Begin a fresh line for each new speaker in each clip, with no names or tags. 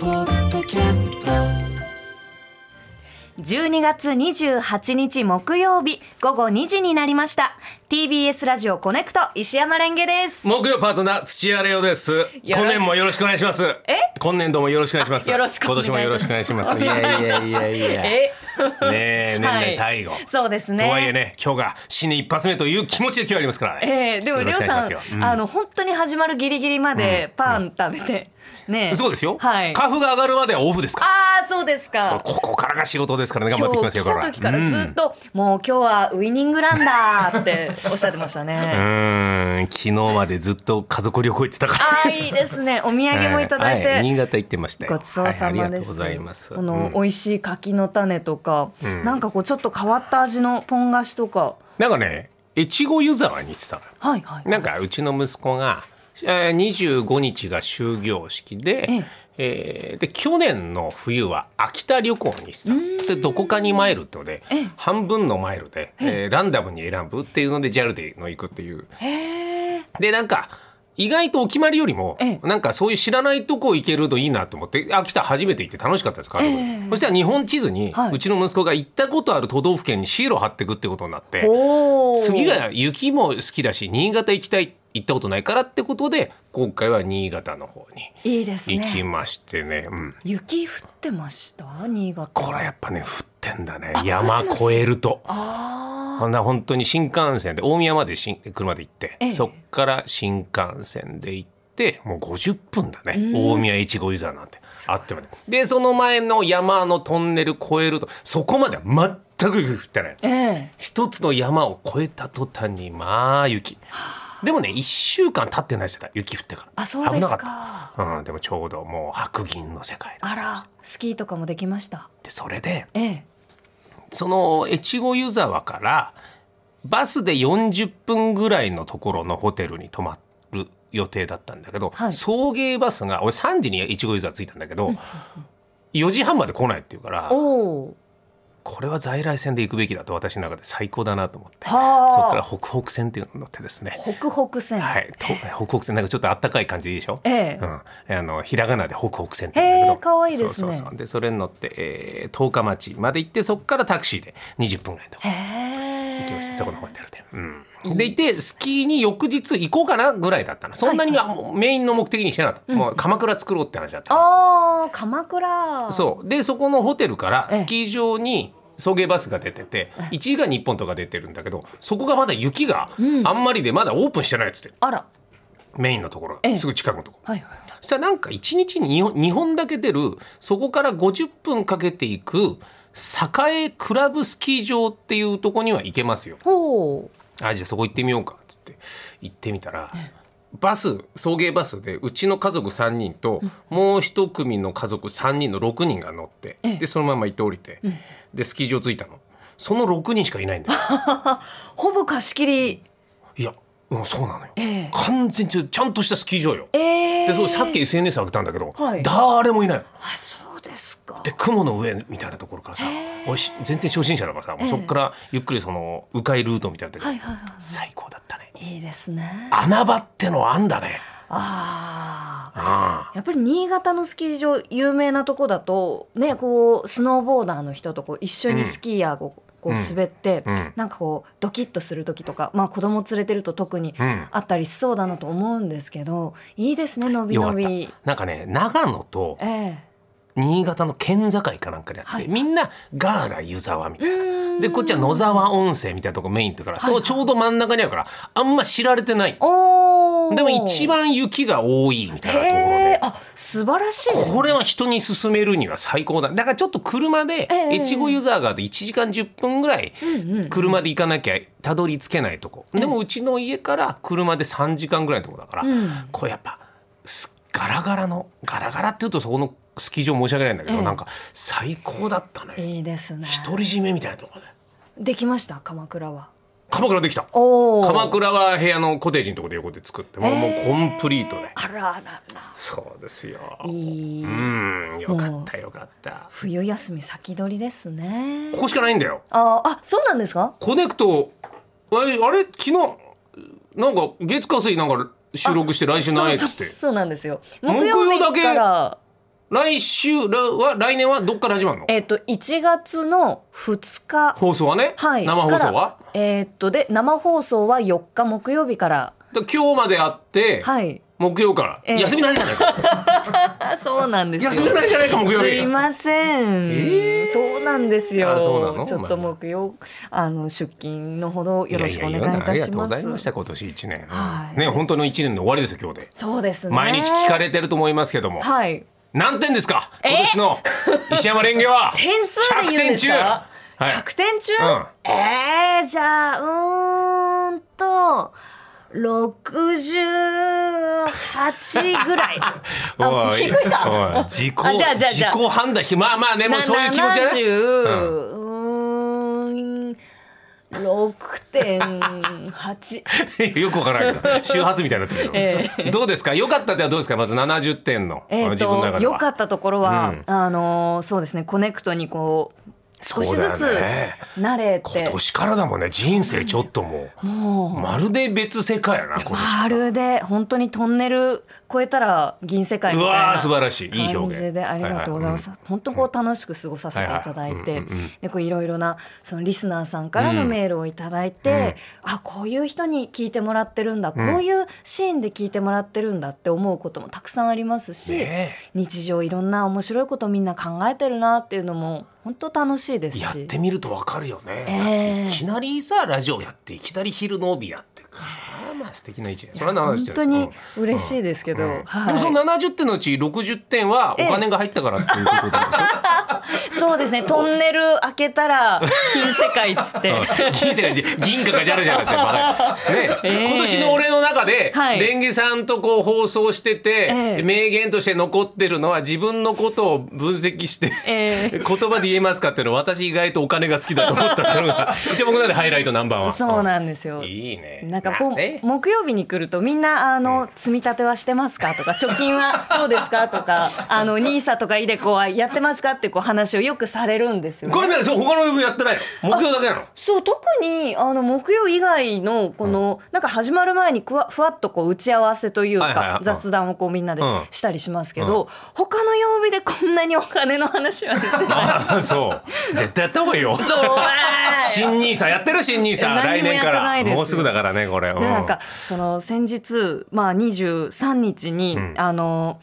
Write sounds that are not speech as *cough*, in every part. ポッドキャスト
12月28日木曜日午後2時になりました TBS ラジオコネクト石山レンゲです
木曜パートナー土屋レオです
しく
今年もよろしくお願いします今年度もよろしくお願いします
あよろしくお
今
願い
年もよろしくお願いし
*laughs*
ますいやいやいやいやね
え *laughs*
え年
は
内
い
最後、
そうですね
とはいえね今日が新年一発目という気持ちで今日ありますから、
ええでも
よろ
レ
し
オ
くお願い
さ
し
ん、
ますようん
あの本当に始まるギリギリまでパン食べて、ねえ
そうですよ、
はいあ
花粉が上がるまではオフですから
あーそうです
そう
か
ここからが仕事ですからね頑張
今
ってい
日
きます
来
よこれ
た
は
時からずっ
うん
と、もう今日はウイニングランだーっておっしゃってました
う
ね、
ーん昨日までずっと家族旅行行ってたから
ああいいですねお土産もいただいて、
は新潟行ってましたよ
ごちそうさま
はい、ありが
で
とうご
す。
ざいます
こ
うん
の美味しい柿の種とか、なんかこうちょっと変わった味のポン菓子とか。
なんかね越後湯沢に行ってたのよ
はいはい。
なんかうちの息子がえー25日が終業式で,、えーで去年の冬は秋田旅行にしたそしてどこかにマイルとで半分のマイルで、えーランダムに選ぶっていうので JAL での行くっていう。でなんか意外とお決まりよりも
ええ
なんかそういう知らないとこ行けるといいなと思って秋田初めて行って楽しかったです家族で
ええ
そしたら日本地図に
はいう
ちの息子が行ったことある都道府県にシールを貼っていくってことになって。
おお。
次が雪も好きだし新潟行きたい行ったことないからってことで今回は新潟の方に
いいです
行き
ね。
ましてねうん、
雪降ってました新潟。
これやっぱね降ってんだね山越えると
あ
ほんなら本当に新幹線で大宮まで新車で行って、
ええ
そっから新幹線で行って。もう50分だね、大宮越後湯沢なんてあってまででその前の山のトンネル越えるとそこまでは全く雪降ってない
あ。ええ。
一つの山を越えた途端にまあ雪でもね1週間経ってない人だ雪降ってから
あそうです
危な
か。
った、うん、でもちょうどもう白銀の世界だ
あらスキーとかもできました。
でそれで
ええ。
その越後湯沢からバスで40分ぐらいのところのホテルに泊まる予定だったんだけど、
はい
送迎バスが俺3時に越後湯沢着いたんだけど4時半まで来ないっていうから
おお。
これは在来線で行くべきだと私の中で最高だなと思って
はあ。
そこから北北線っていうのに乗ってですね
北北線。
はい、と北北線なんかちょっとあったかい感じでいいでしょ。
ええ
うん、あのひらがなで北北線って言うんだけど
へえかわいいですね
そうそうそうでそれに乗って、えー、十日町まで行ってそこからタクシーで20分ぐらいのとこ
へえ。
行きましたそこのホテルで。うん、でいてスキーに翌日行こうかなぐらいだったのそんなに、あもうメインの目的にしてなかった、もう鎌倉作ろうって話だったから
ああ鎌倉。
そうでそこのホテルから
ええ
スキー場に送迎バスが出てて1時間に1本とか出てるんだけどそこがまだ雪があんまりでまだオープンしてないっつって、
あら。
メインのところ
ええ
がすぐ近くのところ。
はいはい。
そしたらなんか1日に2本だけ出るそこから50分かけていく栄クラブスキー場っていうとこには行けますよ。
ほう。
あじゃあそこ行ってみようかっつって行ってみたらバス送迎バスでうちの家族3人ともう一組の家族3人の6人が乗って
ええ
でそのまま行って降りてでスキー場着いたのその6人しかいないんだよ。
ほぼ貸し切り。
いやうんそうなのよ
ええ
完全にちょちゃんとしたスキー場よ。
ええ
でそうさっき SNS 上げたんだけど、
はい
誰もいないの
あそうですか
で雲の上みたいなところからさ俺し全然初心者だからさ、もうそこからゆっくりその迂回ルートみたいなとこ、
はいはいは
最高だったね
いいいですね
穴場ってのあんだね
ああ
あ
やっぱり新潟のスキー場有名なとこだとねこうスノーボーダーの人とこう一緒にスキーヤーをこう
うん
滑って、
うん
なんかこうドキッとする時とか、まあ、子供連れてると特に
うん
あったりしそうだなと思うんですけどいいですねのび
よか
の
った
び。
なんかね長野と
ええ
新潟の県境かなんかであって、
はい
みんなガーラ湯沢みたいな。
うーん
でこっちは野沢温泉みたいなとこメインってから、そうちょうど真ん中にあるからあんま知られてない
おー
でも一番雪が多いみたいなところ
へ
で
えあ素晴らしいですね
これは人に勧めるには最高だだからちょっと車で
ええ
越後湯沢があって1時間10分ぐらい
うんうん
車で行かなきゃたどり着けないとこでもうちの家から車で3時間ぐらいのとこだから
うん
これやっぱすガラガラのガラガラっていうとそこのスキー場申し訳ないんだけ
え
ど
え
なんか最高だったね
いいですね
独り占めみたいなとこで
できました鎌倉は
鎌倉できた
おー
鎌倉は部屋のコテージのところで横で作ってもう,、もうコンプリートで
あらあらあ
そうですよ
らいい
うんよかったよかった
冬休み先取りですね
ここしかないんだよ
あーあそうなんですか
コネクトあれあれ昨日なんか月火水なんか収録して来週ないっ
そう
つって
そうそうなんですよ
木
木
曜
曜
日だけ
日から
来週らは来年はどっから始まるの
えっ、と1月の2日
放送はね、
はい
生放送
か
は
らえっ、とで生放送は4日木曜日から
だから今日まであって、
はい
木曜から、
ええ
休みないじゃない
*laughs*
か
あそうなんですよ
休みないじゃないか木曜
すい
日
ません、
えー
そうなんですよ
あそうなの
ちょっと木曜あの出勤のほどよろしくお願いい
あ
た
りが
し
とう
ま
ご
す
ざいました今年一年、
はい
ね本当の一年の終わりですよ今日で
そうですね
毎日聞かれてると思いますけども、
はい
何点ですか
え
今年の石山レンゲは
*laughs* 点数で言うんですか
100点中、はい
100点中、
うん
えー、じゃあうーんと68ぐ
*laughs*
らいあ
お
低いか
おい自己
あじゃあじゃあじゃあ
自己判断まあまあねもうそういう気持ちじゃない
70うーん6.8
*laughs* よくわからないけ
*laughs*
ど周波数みたいになってるよ、
え
どうですか良かったってはどうですかまず70点の、
えー、
自分の
と
中では
良かったところは、
うん
あのーそうですねコネクトにこう少しず
そう
つ
だよね
慣れて、
今年からだもんね人生ちょっともう
もう
まるで別世界やな今年
まるで本当にトンネル越えたら銀世界
う
みたい
わ
な
ー素晴らしいいい
感
表
じ
現
でありがとうございます、
は
本当こう楽しく過ごさせていただい
はいはい
て
うんうん
でこういろいろなそのリスナーさんからのメールをいただいて、あこういう人に聞いてもらってるんだ、
ん
こういうシーンで聞いてもらってるんだって思うこともたくさんありますし、
いはいうんね
日常いろんな面白いことみんな考えてるなっていうのも本当楽しいです
え
し
やってみるとわかるよね、
ええ
だっていきなりさラジオやっていきなり昼の帯やってあーまあ素敵な一年それは
本
70点です
当に嬉しいですけど、
うん
はい
でもその70点のうち60点はお金が入ったからっていうことなんでしょ
そうですねトンネル開けたら金世界っつって。
うん *laughs* 金世界一銀貨がジャラジャラしてバカね、
ええ
今年の俺の中で、
はい
レンゲさんとこう放送してて、
ええ
名言として残ってるのは自分のことを分析して、
ええ
言葉で言えますかっていうのは私意外とお金が好きだと思ったっていう
*laughs*
のが一応僕の中でハイライトナンバーワン
そうんなんですよ。
いいね
なんかこう、
ね
木曜日に来るとみんなあの積み立てはしてますかとか貯金はどうですかと
*laughs*
かあのニーサとかイデコはやってますかってこう話をよくされるんですよね、
これねそう他の部分やってないの目標だけなの
そう特にあの木曜以外のこの、なんか始まる前にふわふわっとこう打ち合わせというか、
はいはいはい
雑談をこうみんなで
うん
したりしますけど、他の曜日でこんなにお金の話
*laughs*
は出てない。
あそう絶対やった方がいいよ
そうわー
新ニーサやってる新ニーサ
何
来
も
年
やっ
か
てな
ら
いです
もうすぐだからねこれ、う
でなんかその先日、まあ、23日に、
ん
あの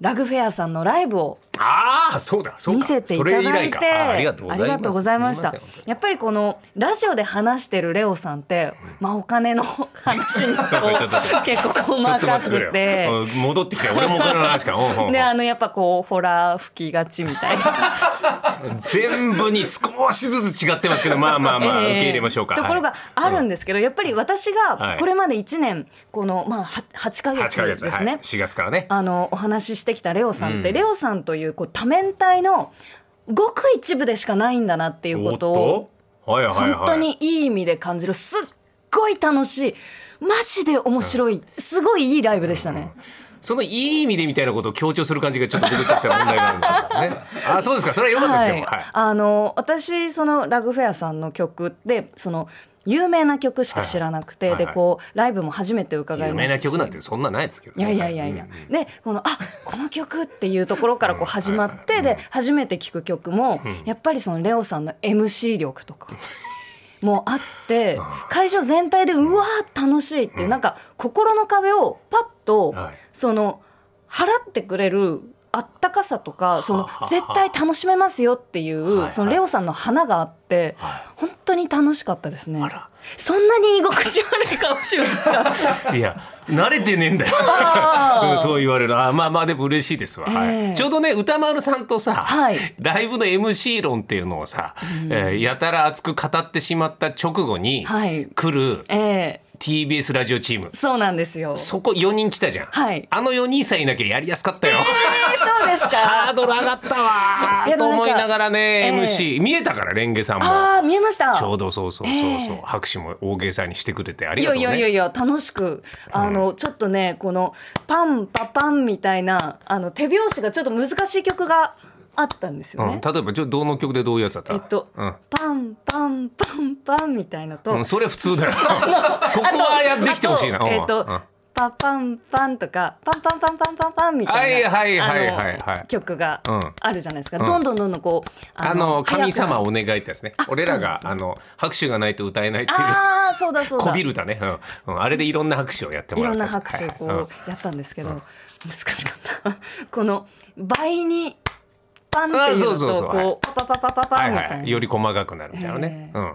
ラグフェアさんのライブを
ああそうだそうか
見せていただ
それ以
い
来か
て
ああ
あ
り
り
が
が
と
と
う
う
ございます
ございました
すいせん
やっぱりこのラジオで話してるレオさんって、まあ、お金の話にこう
*laughs* ちょっと待っ
結構
ちょ
細
っと
か
待っ
く
てくれ
て
よ。うん戻ってきて俺もお金の
*laughs*
話かうんうんうん
であのやっぱこうホラー吹きがちみたいな
全部に少しずつ違ってますけどまあまあま
*laughs*
あ、
ええ
受け入れましょうか
ところ
は
があるんですけど、やっぱり私
は
が
い
これまで1年この、まあ、は8ヶ
い、8
月
ヶ
で
月
す
で
ね、
すね、はい、4月からね
あのお話ししてきたレオさんって、
うん
レオさんというこう多面体のごく一部でしかないんだなっていう
おっ
ことを
とはいはいはい
本当にいい意味で感じるすっごい楽しいマジで面白いすごいいいライブでしたね。
そのいい意味でみたいなことを強調する感じがちょっと僕としては問題があるんですけどねあそうですかそれは良かったですね、はい
あの私そのラグフェアさんの曲でその有名な曲しか知らなくて、
はいはい
でこうライブも初めて伺いました
有名な曲なんてそんなないですけど
いや
ね、
いやいやいや、
うん
でこの「あこの曲」っていうところからこう始まって、
うん
で初めて聴く曲も、やっぱりそのレオさんの MC 力と
*laughs*
か。もうあって会場全体でうわー楽しいっていう、なんか心の壁をパッと、
はい
その払ってくれるあったかさとかその
はは
絶対楽しめますよってい
はいはいう
そのレオさんの花があって
はい
本当に楽しかったですね
あら
そんなに居心地悪い顔しますか *laughs*
いや慣れてねえんだよ *laughs*
あー
うんそう言われるあまあまあでも嬉しいですわ、はい
ええ
ちょうどね歌丸さんとさ、
はい
ライブの MC 論っていうのをさ、えーやたら熱く語ってしまった直後に
はい
来る
ええ
TBS ラジオチーム
そうなんですよ。
そこ4人来たじゃん、
はい
あの4人さえいなきゃやりやすかったよ
そうです
ハー *laughs*
か。
ドル上がったわ
いや
ーと思い
なんか
ながらね、
ええ
MC 見えたからレンゲさんも
ああ見えました。
ちょうどそうそうそうそう、
ええ
拍手も大げさにしてくれてあ
い
り
や
がとう
い
ね
やいやいや楽しくあの、ちょっとねこのパンパパンみたいなあの手拍子がちょっと難しい曲があったんですよ
う
ね
ん、。例えばちょどの曲でどういうやつだった
えっと、
うん
パンパンパンパンみたいなと、
うん、それ普通
*laughs*
だよ *laughs* そこはやってきてほしいな
あと
うん
えっと、
うん
パンパンパンとかパンパンパンパンパンパンみたいな、
はいはいはいはいはい
あの曲が
うん
あるじゃないですか、
うん
どんどんどんどんこう
あの神様
を
お願いってやつね俺らが、
そう
あの拍手がないと歌えないっていう
ああそうだそうだ
こびるだね、うんうんあれでいろんな拍手をやって
い
もら
ろ
っ
ん
た
なん
で
拍
す
手をこ
はいう
やったんですけど、難しかったこの倍にパンって
あ
いう
そ
の
うそうそ
と
う
こうパパパパパパン
はい
み
は
たいな、
いはい、より細かくなるみたいなね。
ええ
うん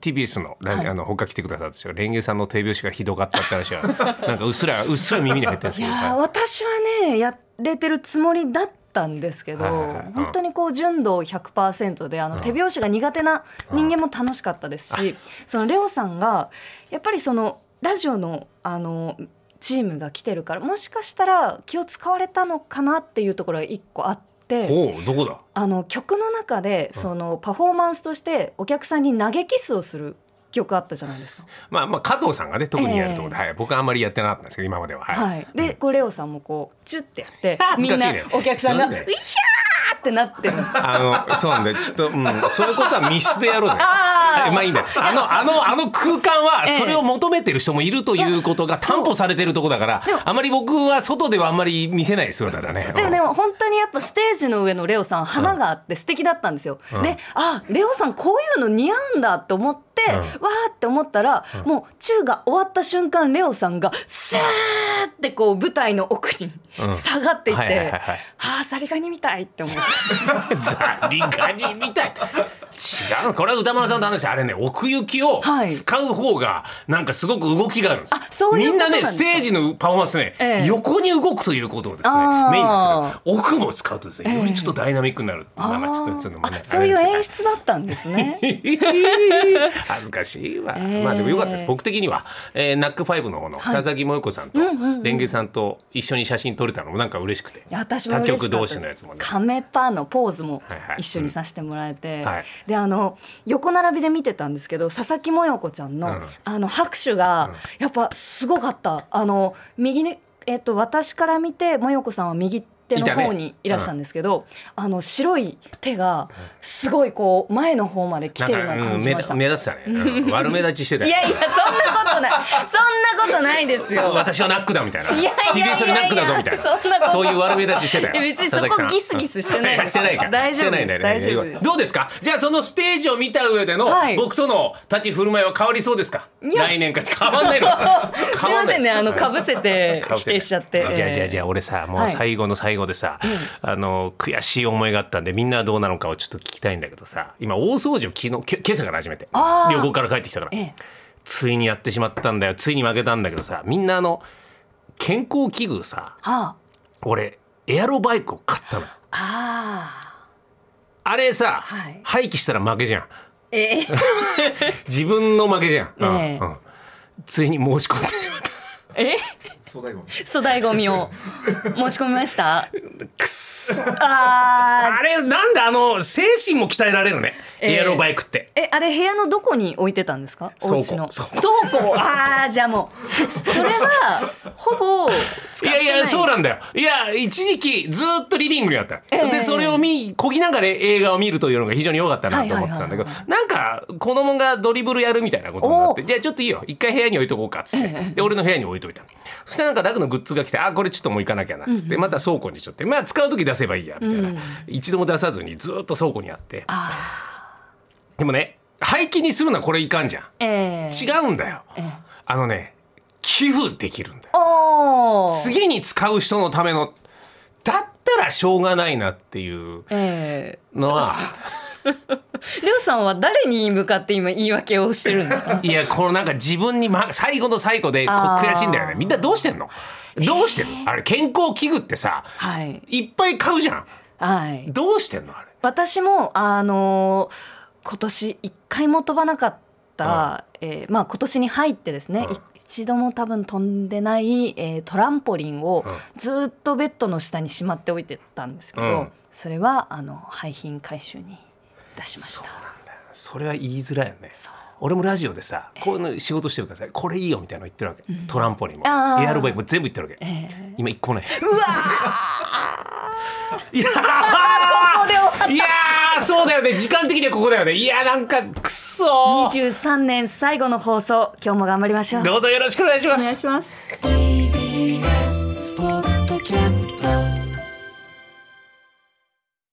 TBS のラジオ、
はい
あの他来てくださったんですよ。レンゲさんの手拍子がひどかったって話は *laughs* なんかうっすらうっすら耳に入ってるんです
い
けど。
やー
はい
私はねやれてるつもりだったんですけど、
はいはいはいうん
本当にこう純度100%であの手拍子が苦手な人間も楽しかったですし、そのレオさんがやっぱりそのラジオのあのチームが来てるからもしかしたら気を使われたのかなっていうところが一個あって。
ほうどこだ。
あの曲の中でそのパフォーマンスとしてお客さんに投げキスをする曲あったじゃないですか。
まあまあ加藤さんがね特にやるところで、はい、僕はあんまりやってなかったんですけど今までは。はい。
はい、でこうレオさんもこうチュッてやって
*laughs* 恥
み
ず
ん
かし
ない
ね
お客さんが「
そ
い
うね
やー!」ってなって
*laughs*
る
あのそうなんでちょっと、うん、そういうことは密室でやろうぜ。はいまあいいんだよ。あのあのあの空間は
ええ
それを求めてる人もいるということが担保されてるとこだから
でも、
あまり僕は外ではあんまり見せない姿だね。
でもで
うん
も本当にやっぱステージの上のレオさん花があって素敵だったんですよ。であレオさんこういうの似合うんだと思って、
うん
わーって思ったら、もうチューが終わった瞬間レオさんがスーってこう舞台の奥に
うん
下がっていって、
はいはいはいはい
ああザリガニみたいって思って。
*laughs* ザリガニみたい。違うのこれは歌丸さんの話あれね奥行きを
はい
使う方がなんかすごく動きがあるんですよ
あそういう
みんな
こ
ね
となん
ス
ですか
テージのパフォーマンスね、
ええ
横に動くということをですね
あー
メインなんですけど奥も使うとですねよりちょっとダイナミックになるっていうの
あ
がちょっと
ー
そのまあね
あそういう
あれ
演
です
出だったんです
*laughs*
ね。
が恥ずかしいわ、
ええ
まあでも良かったです僕的には、えー、ナックファイブの方の佐々木萌子さんとレンゲさんと一緒に写真撮れたのもなんか嬉しくて
いや私も
他
嬉しか
局
った
同
です
士のやつもね
カメパのポーズも
はいはい
一緒にさせてもらえて、
んはい
であの横並びで見てたんですけど佐々木もよこちゃんの,、
うん
あの拍手がやっぱすごかったあの右に、えっと、私から見てもよこさんは右手の方にいらしたんですけど、あの白い手がすごいこう前の方まで来てるのを感じました。
なんかうん目立目立ってたね、うん悪目立ちしてた
い
よ
やいやそんなことないそんなことないですよ。
私はナックだみたいな。
いやいやいやいや
TBS にナックだぞみたいな。
そんなこと
そういう悪目立ちしてたよ。
いや別に
佐々木さ
そ
ん
こギスギスしてない
うんやしてないか。
大丈夫です
してないんだよね
大丈夫です
どうですか。じゃあそのステージを見た上での
はい
僕との立ち振る舞いは変わりそうですか。
いや
来年か変わんないの。
*laughs* すいませんねあのかぶせて
顔
否定しちゃって。
じゃあじゃあじゃあ俺さも
は
う
い
最後の最後でさ、あの悔しい思いがあったんでみんなはどうなのかをちょっと聞きたいんだけどさ今大掃除を昨日け今朝から始めて
あー
旅行から帰ってきたから、
ええ
ついにやってしまったんだよついに負けたんだけどさみんなあの健康器具さ
は
俺エアロバイクを買ったの
あ、あ
あれさ、
はい
廃棄したら負けじゃん
あ、え *laughs* え、
自分の負けじゃん、うん
ええ
うんついに申し込んでしまった
え、粗大ゴミ *laughs* を申し込みました。
くっそ
ああ、
あれなんだあの精神も鍛えられるね、
ええ
エアロバイクって
え、あれ部屋のどこに置いてたんですか？
倉庫
お家の
倉
倉庫。ああ、じゃあもうそれはほぼ使
い
ってな
や
い。
いやそうなんだよいや一時期ずーっとリビングにあった、
ええ
でそれを見こぎながら映画を見るというのが非常に良かったなと思ってたんだけど、
はいはいはいは
なんか子供がドリブルやるみたいなことになって
お
じゃあちょっといいよ一回部屋に置いとこうかっつって、で俺の部屋に置いといたのそしたらなんかラグのグッズが来てあこれちょっともう行かなきゃなっつって、また倉庫にしとってまあ使う時出せばいいやみたいな、一度も出さずにずーっと倉庫にあって
あ
でもね廃棄にするのはこれいかんじゃん
ー。ええ、
違
う。
うんだよ、
ええ、
あのね寄付できるんだよ
おお。。
次に使う人のためのだったらしょうがないなっていう
え
のは
え、りょうさんは誰に向かって今言い訳をしてるんです *laughs* か？
いやこのなんか自分に、ま、最後の最後でこう
あー
悔しいんだよねみんなどうしてんのどうしてんの、あれ健康器具ってさ
はい
いっぱい買うじゃ
はい
ん。どうしてんのあれ
私もあの今年一回も飛ばなかった、えーまあ、今年に入ってですね、
うん
い一度も多分飛んでない、えートランポリンを
うん
ずっとベッドの下にしまっておいてたんですけど、
うん
それはあの廃品回収に出しまし
そう
た。
なんだよそれは言いづらいよね
そう
俺もラジオでさこういうの仕事してるからさこれいいよみたいなの言ってるわけ、トランポリンもエ
あー
アロバイクも全部言ってるわけ
え
今一個もないうわいや
ー、ここで終わった
ーいやーそうだよね時間的にはここだよねいやーなんかくそー
23年最後の放送今日も頑張りましょう
どうぞよろしくお願いします
します
TBS